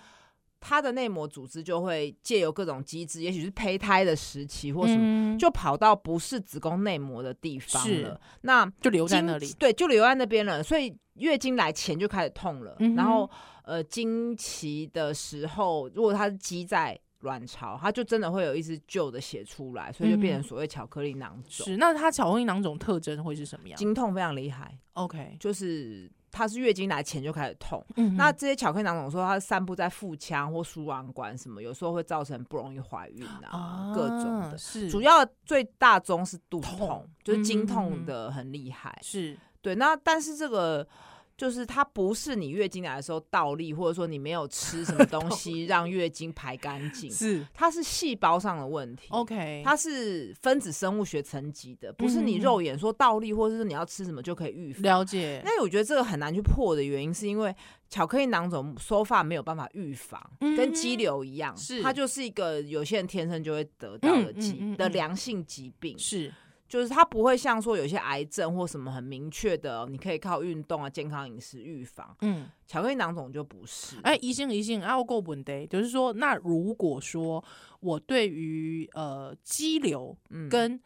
Speaker 3: 他的内膜组织就会借由各种机制，也许是胚胎的时期或什么，
Speaker 1: 么
Speaker 3: 就跑到不是子宫内膜的地方
Speaker 1: 嗯是
Speaker 3: 了。那
Speaker 1: 就留在
Speaker 3: 经
Speaker 1: 那里。
Speaker 3: 对，就留在那边了。所以月经来前就开始痛了，
Speaker 1: 嗯哼
Speaker 3: 然后呃，经期的时候，如果它是积在卵巢，它就真的会有一只旧的血出来，所以就变
Speaker 1: 嗯
Speaker 3: 成所谓巧克力囊肿。
Speaker 1: 是，那它巧克力囊肿特征会是什么样
Speaker 3: 经痛非常厉害，
Speaker 1: ？OK，
Speaker 3: 就是它是月经来前就开始痛。
Speaker 1: 嗯哼
Speaker 3: 那这些巧克力囊肿说它散布在腹腔或输卵管什么，有时候会造成不容易怀孕啊，各种
Speaker 1: 啊
Speaker 3: 的。
Speaker 1: 是
Speaker 3: 主要最大宗是肚
Speaker 1: 痛
Speaker 3: 痛，就是
Speaker 1: 嗯
Speaker 3: 经
Speaker 1: 嗯嗯
Speaker 3: 痛
Speaker 1: 嗯
Speaker 3: 的很厉害。
Speaker 1: 是
Speaker 3: 对，那但是这个就是它不是你月经来的时候倒立，或者说你没有
Speaker 1: [LAUGHS]
Speaker 3: 吃什么东西让月经排干净，
Speaker 1: 是
Speaker 3: 它是细胞上的问题。
Speaker 1: OK，
Speaker 3: 它是分子生物学层级的，不是
Speaker 1: 嗯
Speaker 3: 你
Speaker 1: 嗯嗯
Speaker 3: 肉眼说倒立或者是你要吃什么就可以预防。
Speaker 1: 了解，
Speaker 3: 那我觉得这个很难去破的原因，是因为巧克力囊肿说法没有办法预防，
Speaker 1: 嗯
Speaker 3: 跟肌瘤一样，
Speaker 1: 是
Speaker 3: 它就是一个有些人天生就会得到的
Speaker 1: 嗯
Speaker 3: 疾、
Speaker 1: 嗯嗯
Speaker 3: 的
Speaker 1: 嗯
Speaker 3: 良性疾病，
Speaker 1: 是
Speaker 3: 就是它不会像说有些癌症或什么很明确的，哦你可以靠运动啊、健康饮食预防。
Speaker 1: 嗯，
Speaker 3: 巧克力囊肿就不是，
Speaker 1: 哎，疑心疑心啊，我够稳的，就是说，那如果说我对于呃肌瘤
Speaker 3: 嗯
Speaker 1: 跟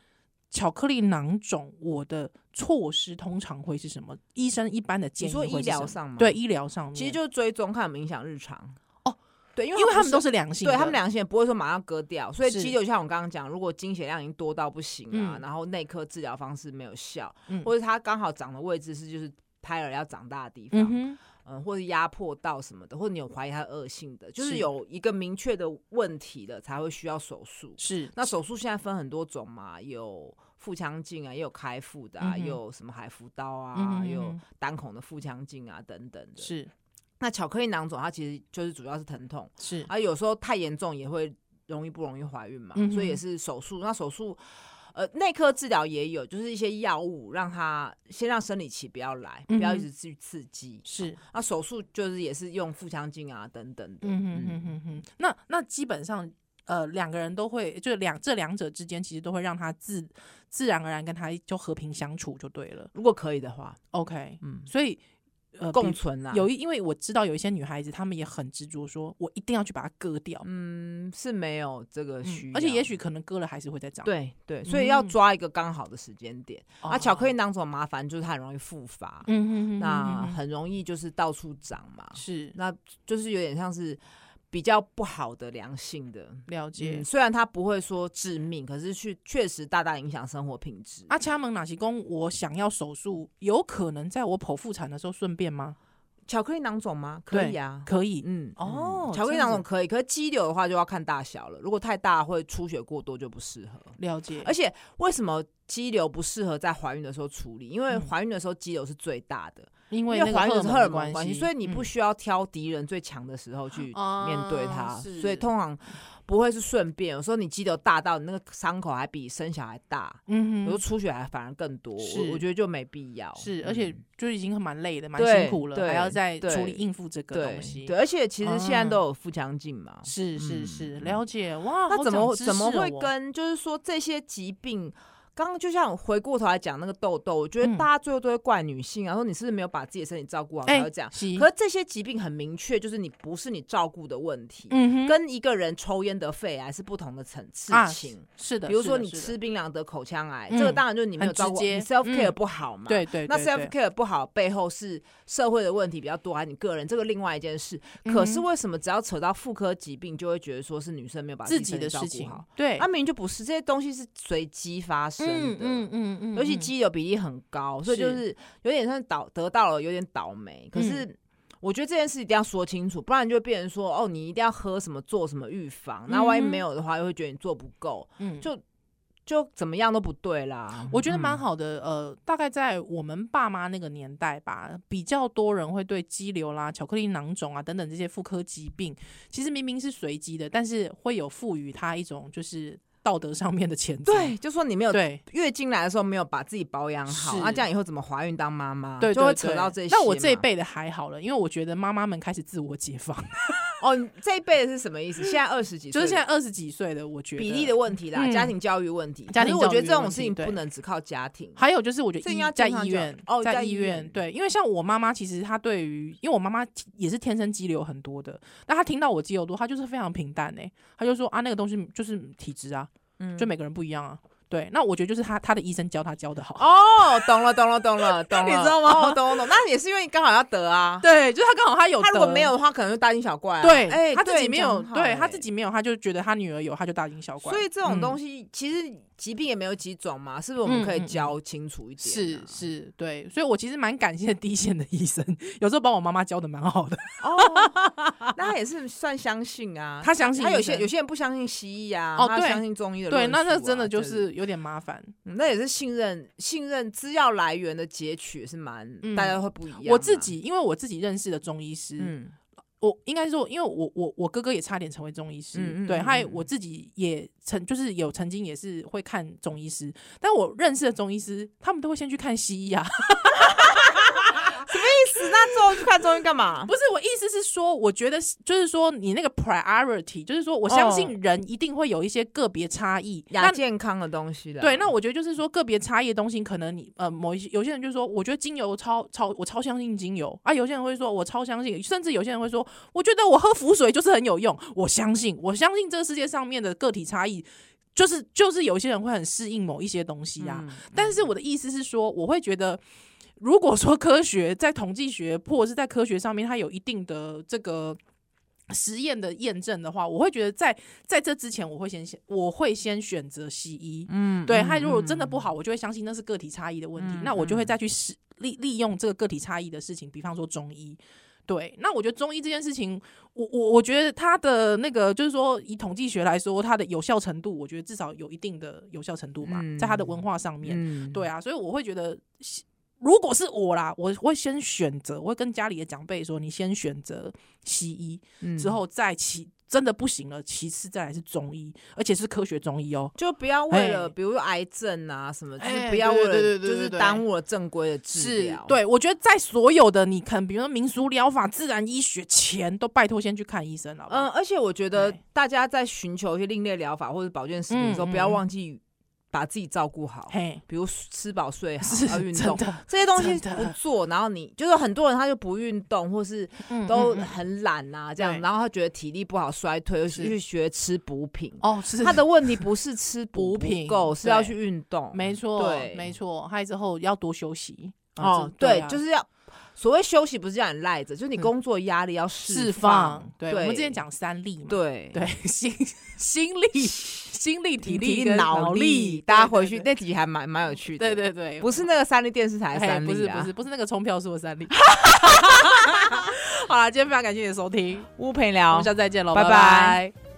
Speaker 1: 巧克力囊肿，我的措施通常会是什么？医生一般的建
Speaker 3: 你
Speaker 1: 议
Speaker 3: 说
Speaker 1: 会
Speaker 3: 医
Speaker 1: 是什
Speaker 3: 疗
Speaker 1: 么
Speaker 3: 上吗？
Speaker 1: 对，医疗上面，
Speaker 3: 其实就是追踪看有没有影响日常
Speaker 1: 哦。
Speaker 3: 对，因为
Speaker 1: 因为他
Speaker 3: 不
Speaker 1: 们都是良性的，
Speaker 3: 对他们良性也不会说马上割掉，所以
Speaker 1: 是
Speaker 3: 肌瘤就像我刚刚讲，如果经血量已经多到不行啊，
Speaker 1: 嗯
Speaker 3: 然后内科治疗方式没有效，
Speaker 1: 嗯
Speaker 3: 或者它刚好长的位置是就是胎儿要长大的地方，
Speaker 1: 嗯
Speaker 3: 嗯、
Speaker 1: 哼，
Speaker 3: 或者压迫到什么的，或者你有怀疑它恶性的，就是
Speaker 1: 是
Speaker 3: 有一个明确的问题了才会需要手术。
Speaker 1: 是
Speaker 3: 那手术现在分很多种嘛，有腹腔镜啊，也有开腹的、啊，
Speaker 1: 嗯哼
Speaker 3: 也有什么海服刀啊，
Speaker 1: 嗯哼
Speaker 3: 也有
Speaker 1: 嗯哼
Speaker 3: 单孔的腹腔镜啊等等的。
Speaker 1: 是
Speaker 3: 那巧克力囊肿它其实就是主要是疼痛。
Speaker 1: 是，
Speaker 3: 啊，有时候太严重也会容易不容易怀孕嘛，
Speaker 1: 嗯哼
Speaker 3: 所以也是手术。那手术，呃，内科治疗也有，就是一些药物让它先让生理期不要来，不要一
Speaker 1: 嗯哼
Speaker 3: 直去刺激。
Speaker 1: 是，
Speaker 3: 那手术就是也是用腹腔镜啊等等的。
Speaker 1: 嗯哼哼哼哼。那那基本上，呃，两个人都会，就两这两者之间，其实都会让他自自然而然跟他就和平相处就对了。
Speaker 3: 如果可以的话，
Speaker 1: OK，
Speaker 3: 嗯，
Speaker 1: 所以呃，
Speaker 3: 共
Speaker 1: 比
Speaker 3: 存啊，
Speaker 1: 有一，因为我知道有一些女孩子，她们也很执着，说我一定要去把它割掉，
Speaker 3: 嗯是没有这个
Speaker 1: 嗯
Speaker 3: 需要，
Speaker 1: 而且也许可能割了还是会再长。
Speaker 3: 对对，所以要
Speaker 1: 嗯
Speaker 3: 抓一个刚好的时间点。
Speaker 1: 哦，
Speaker 3: 啊，巧克力囊肿麻烦就是它很容易复发，
Speaker 1: 嗯哼哼，
Speaker 3: 那
Speaker 1: 嗯哼哼
Speaker 3: 很容易就是到处长嘛，
Speaker 1: 是
Speaker 3: 那就是有点像是比较不好的良性的。
Speaker 1: 了解。
Speaker 3: 嗯，虽然它不会说致命，可是去确实大大影响生活品质。
Speaker 1: 阿掐啊门哪些宫，我想要手术，有可能在我剖腹产的时候顺便吗？
Speaker 3: 巧克力囊肿吗？可
Speaker 1: 对
Speaker 3: 以啊。
Speaker 1: 可以，
Speaker 3: 嗯，
Speaker 1: 哦
Speaker 3: 嗯巧克力
Speaker 1: 这样子
Speaker 3: 囊肿可以，可是肌瘤的话就要看大小了。如果太大会出血过多就不适合。
Speaker 1: 了解。
Speaker 3: 而且为什么肌瘤不适合在怀孕的时候处理？因为
Speaker 1: 嗯
Speaker 3: 怀孕的时候肌瘤是最大的，
Speaker 1: 因为
Speaker 3: 因
Speaker 1: 那
Speaker 3: 为
Speaker 1: 个
Speaker 3: 怀孕的是荷尔蒙
Speaker 1: 关
Speaker 3: 关系，所以你不
Speaker 1: 嗯
Speaker 3: 需要挑敌人最强的时候去面对它，
Speaker 1: 啊
Speaker 3: 所以
Speaker 1: 是
Speaker 3: 通常不会是顺便。有时候你肌瘤大到你那个伤口还比生小孩大，
Speaker 1: 嗯
Speaker 3: 有时候
Speaker 1: 哼，
Speaker 3: 出血还反而更多，我
Speaker 1: 是
Speaker 3: 我觉得就没必要。
Speaker 1: 是，
Speaker 3: 嗯
Speaker 1: 而且就已经蛮累的，蛮
Speaker 3: 对
Speaker 1: 辛苦了，
Speaker 3: 对
Speaker 1: 还要再处
Speaker 3: 对
Speaker 1: 理应付这个
Speaker 3: 对
Speaker 1: 东西
Speaker 3: 对，。而且其实现在
Speaker 1: 嗯
Speaker 3: 都有腹腔镜嘛，
Speaker 1: 是
Speaker 3: 嗯
Speaker 1: 是是，
Speaker 3: 嗯
Speaker 1: 了解哇。
Speaker 3: 那
Speaker 1: 好
Speaker 3: 怎
Speaker 1: 长
Speaker 3: 么
Speaker 1: 知
Speaker 3: 怎么
Speaker 1: 识哦
Speaker 3: 会
Speaker 1: 我
Speaker 3: 跟就是说这些疾病？刚刚就像我回过头来讲那个痘痘，我觉得
Speaker 1: 嗯
Speaker 3: 大家最后都会怪女性啊，说你是不是没有把自己的身体照顾好才
Speaker 1: 哎
Speaker 3: 会这样。
Speaker 1: 是
Speaker 3: 可是这些疾病很明确，就是你不是你照顾的问题，
Speaker 1: 嗯哼
Speaker 3: 跟一个人抽烟得肺癌是不同的层次
Speaker 1: 啊
Speaker 3: 情。
Speaker 1: 是的，
Speaker 3: 比如
Speaker 1: 是
Speaker 3: 说
Speaker 1: 的
Speaker 3: 你
Speaker 1: 是的
Speaker 3: 吃槟榔得口腔癌，
Speaker 1: 嗯
Speaker 3: 这个当然就是你没有
Speaker 1: 很
Speaker 3: 照
Speaker 1: 直
Speaker 3: 顾好，
Speaker 1: 接
Speaker 3: 你 self care
Speaker 1: 嗯
Speaker 3: 不好嘛。
Speaker 1: 对对
Speaker 3: 那
Speaker 1: 对
Speaker 3: self
Speaker 1: 对
Speaker 3: care 不好背后是社会的问题比较多，还是啊你个人这个另外一件事。可是
Speaker 1: 嗯哼
Speaker 3: 为什么只要扯到妇科疾病，就会觉得说是女生没有把
Speaker 1: 自
Speaker 3: 己
Speaker 1: 己
Speaker 3: 身体
Speaker 1: 的
Speaker 3: 照
Speaker 1: 事
Speaker 3: 顾
Speaker 1: 情
Speaker 3: 好？，哎
Speaker 1: 对
Speaker 3: 啊那，明明就不是，这些东西是随机发
Speaker 1: 嗯
Speaker 3: 生的。
Speaker 1: 嗯嗯嗯，
Speaker 3: 尤其
Speaker 1: 嗯
Speaker 3: 肌瘤比例很高，所以就是有点像倒得到了，有点倒霉。可是我觉得这件事一定要说清楚，不然就变成说哦，你一定要喝什么做什么预防，那万一
Speaker 1: 嗯哼
Speaker 3: 没有的话，又会觉得你做不够，
Speaker 1: 嗯
Speaker 3: 就就怎么样都不对啦。
Speaker 1: 我觉得蛮
Speaker 3: 嗯，
Speaker 1: 好的，呃，大概在我们爸妈那个年代吧，比较多人会对肌瘤啦、巧克力囊肿啊等等这些妇科疾病，其实明明是随机的，但是会有赋予它一种就是道德上面的谴责。呃
Speaker 3: 对，就说你没有
Speaker 1: 对
Speaker 3: 月经来的时候没有把自己保养好，
Speaker 1: 是
Speaker 3: 那这样以后怎么怀孕当妈妈？
Speaker 1: 对，
Speaker 3: 就会
Speaker 1: 对
Speaker 3: 扯
Speaker 1: 对
Speaker 3: 到这些嘛。
Speaker 1: 那我这一辈的还好了，因为我觉得妈妈们开始自我解放，
Speaker 3: 哦，你这一辈是什么意思？现在二十几岁，
Speaker 1: 就是现在二十几岁的，我觉得
Speaker 3: 比例的问题啦，
Speaker 1: 嗯
Speaker 3: 家庭教育问题。
Speaker 1: 家庭
Speaker 3: 可是我觉
Speaker 1: 教
Speaker 3: 得
Speaker 1: 育
Speaker 3: 这种
Speaker 1: 问
Speaker 3: 事
Speaker 1: 题
Speaker 3: 情
Speaker 1: 对
Speaker 3: 不能只靠家庭。
Speaker 1: 还有就是，我觉
Speaker 3: 这
Speaker 1: 得
Speaker 3: 应
Speaker 1: 医
Speaker 3: 该
Speaker 1: 在
Speaker 3: 健康
Speaker 1: 医
Speaker 3: 教
Speaker 1: 院
Speaker 3: 哦在
Speaker 1: 在
Speaker 3: 医
Speaker 1: 医
Speaker 3: 院
Speaker 1: 院对，因为像我妈妈，其实她对于，因为我妈妈也是天生肌瘤很多的，但她听到我肌瘤多，她就是非常平淡哎、她就说啊那个东西就是体质啊，
Speaker 3: 嗯
Speaker 1: 就每个人不一样啊。对，那我觉得就是她她的医生教她教的好，
Speaker 3: 哦，懂了，懂了，懂 [LAUGHS] 了，懂了，
Speaker 1: 你知道吗
Speaker 3: 哦，懂了懂了，那也是因为你刚好要得啊。
Speaker 1: 对，就是她刚好她有，
Speaker 3: 他如果没有。的话，可能就大惊小怪、啊。
Speaker 1: 对，
Speaker 3: 哎、
Speaker 1: 她自
Speaker 3: 对
Speaker 1: 己没有，
Speaker 3: 你讲得好
Speaker 1: 对她
Speaker 3: 哎
Speaker 1: 自己没有，她就觉得她女儿有，她就大惊小怪。
Speaker 3: 所以这种
Speaker 1: 嗯
Speaker 3: 东西、其实疾病也没有几种嘛，是不是我们可以
Speaker 1: 嗯嗯嗯
Speaker 3: 教清楚一点
Speaker 1: 是
Speaker 3: 啊、
Speaker 1: 是，对，所以我其实蛮感谢第一线的医生，有时候把我妈妈教的蛮好的。 [LAUGHS]
Speaker 3: 哦，那他也是算相信啊，
Speaker 1: 他相信
Speaker 3: 他有
Speaker 1: 医
Speaker 3: 些
Speaker 1: 生
Speaker 3: 有些人不相信西医啊，
Speaker 1: 哦
Speaker 3: 他
Speaker 1: 对
Speaker 3: 相信中医的
Speaker 1: 对，
Speaker 3: 论
Speaker 1: 那那
Speaker 3: 述啊
Speaker 1: 真的就
Speaker 3: 这
Speaker 1: 是有点麻烦。
Speaker 3: 嗯那也是信任信任资料来源的截取也是蛮、
Speaker 1: 嗯
Speaker 3: 大家会不一样、
Speaker 1: 我自，己因为我自己认识的中医师，
Speaker 3: 嗯
Speaker 1: 我应该说，因为我我我哥哥也差点成为中医师，
Speaker 3: 嗯嗯
Speaker 1: 对，
Speaker 3: 嗯
Speaker 1: 还
Speaker 3: 嗯
Speaker 1: 有我自己也曾就是有曾经也是会看中医师，但我认识的中医师，他们都会先去看西医啊。 [LAUGHS]
Speaker 3: 死那之后去看中医干嘛？
Speaker 1: 不是我意思是说，我觉得是就是说你那个 priority，就是说我相
Speaker 3: 哦
Speaker 1: 信人一定会有一些个别差异，那
Speaker 3: 亚健康的东西了。
Speaker 1: 对，那我觉得就是说个别差异的东西，可能你呃某一些有些人就说，我觉得精油超超我超相信精油啊，有些人会说我超相信，甚至有些人会说，我觉得我喝浮水就是很有用，我相信我相信这个世界上面的个体差异，就是就是有些人会很适应某一些东西啊。
Speaker 3: 嗯
Speaker 1: 但是我的意思是说，我会觉得。如果说科学在统计学或者是在科学上面，它有一定的这个实验的验证的话，我会觉得在在这之前，我会先我会先选择西医。
Speaker 3: 嗯
Speaker 1: 对，他如果真的不好，我就会相信那是个体差异的问题，
Speaker 3: 嗯
Speaker 1: 那我就会再去使利利用这个个体差异的事情，比方说中医。对，那我觉得中医这件事情，我我我觉得它的那个就是说，以统计学来说，它的有效程度，我觉得至少有一定的有效程度嘛，
Speaker 3: 嗯
Speaker 1: 在它的文化上面，
Speaker 3: 嗯，
Speaker 1: 对啊，所以我会觉得，如果是我啦，我会先选择，我会跟家里的长辈说，你先选择西医，
Speaker 3: 嗯
Speaker 1: 之后再其真的不行了，其次再来是中医，而且是科学中医哦、
Speaker 3: 就不要为
Speaker 1: 哎
Speaker 3: 了，比如说癌症啊什么，就是
Speaker 1: 哎
Speaker 3: 不要为
Speaker 1: 对
Speaker 3: 了，
Speaker 1: 对对对
Speaker 3: 就是
Speaker 1: 对对
Speaker 3: 耽误了正规的治
Speaker 1: 是
Speaker 3: 疗。，
Speaker 1: 对我觉得在所有的你肯，比如说民俗疗法、自然医学前，都拜托先去看医生了。
Speaker 3: 嗯，
Speaker 1: 嗯，
Speaker 3: 而且我觉得
Speaker 1: 哎
Speaker 3: 大家在寻求一些另类疗法或者保健食品的时候，
Speaker 1: 嗯嗯
Speaker 3: 不要忘记把自己照顾好，
Speaker 1: 嘿，
Speaker 3: 比如吃饱睡嗯
Speaker 1: [LAUGHS]
Speaker 3: 好，
Speaker 1: 是
Speaker 3: 要运
Speaker 1: 真
Speaker 3: 动。 [LAUGHS]
Speaker 1: 的，
Speaker 3: 这些东西
Speaker 1: 真的
Speaker 3: 不做，然后你就是很多人他就不运动，或是
Speaker 1: 嗯
Speaker 3: 都
Speaker 1: 嗯
Speaker 3: [LAUGHS]
Speaker 1: 嗯
Speaker 3: 很懒啊，这样，
Speaker 1: 对
Speaker 3: 然后他觉得体力不好，衰退，又
Speaker 1: 是
Speaker 3: 去学吃补品。
Speaker 1: 哦，是
Speaker 3: [LAUGHS] 他的问题不是吃补
Speaker 1: 补品
Speaker 3: 不够，是
Speaker 1: 对
Speaker 3: 要去运动。
Speaker 1: 没错，
Speaker 3: 对
Speaker 1: 没错，还有之后要多休息。啊
Speaker 3: 哦
Speaker 1: 这，
Speaker 3: 对
Speaker 1: 啊，
Speaker 3: 就是要所谓休息，不是让你赖着，就是你
Speaker 1: 嗯
Speaker 3: 工作压力要释
Speaker 1: 释放。对，
Speaker 3: 对，
Speaker 1: 我们之前，讲三力嘛，
Speaker 3: 对
Speaker 1: 对，心心
Speaker 3: [LAUGHS]
Speaker 1: 力、心力、体力
Speaker 3: 体
Speaker 1: 跟
Speaker 3: 力、脑
Speaker 1: 脑
Speaker 3: 力，
Speaker 1: 力，
Speaker 3: 大家
Speaker 1: 对
Speaker 3: 回去
Speaker 1: 对
Speaker 3: 那集还蛮蛮有趣
Speaker 1: 对
Speaker 3: 的。
Speaker 1: 对对，
Speaker 3: 不是那个三立电视台的
Speaker 1: 哎，
Speaker 3: 三立，
Speaker 1: 不是不是，不是那个冲票数的
Speaker 3: [LAUGHS]
Speaker 1: 三力。 [LAUGHS] 好啦，今天非常感谢你的收听，
Speaker 3: 乌陪
Speaker 1: 我
Speaker 3: 聊
Speaker 1: 们。下次再见喽，
Speaker 3: 拜
Speaker 1: 拜
Speaker 3: 拜
Speaker 1: 拜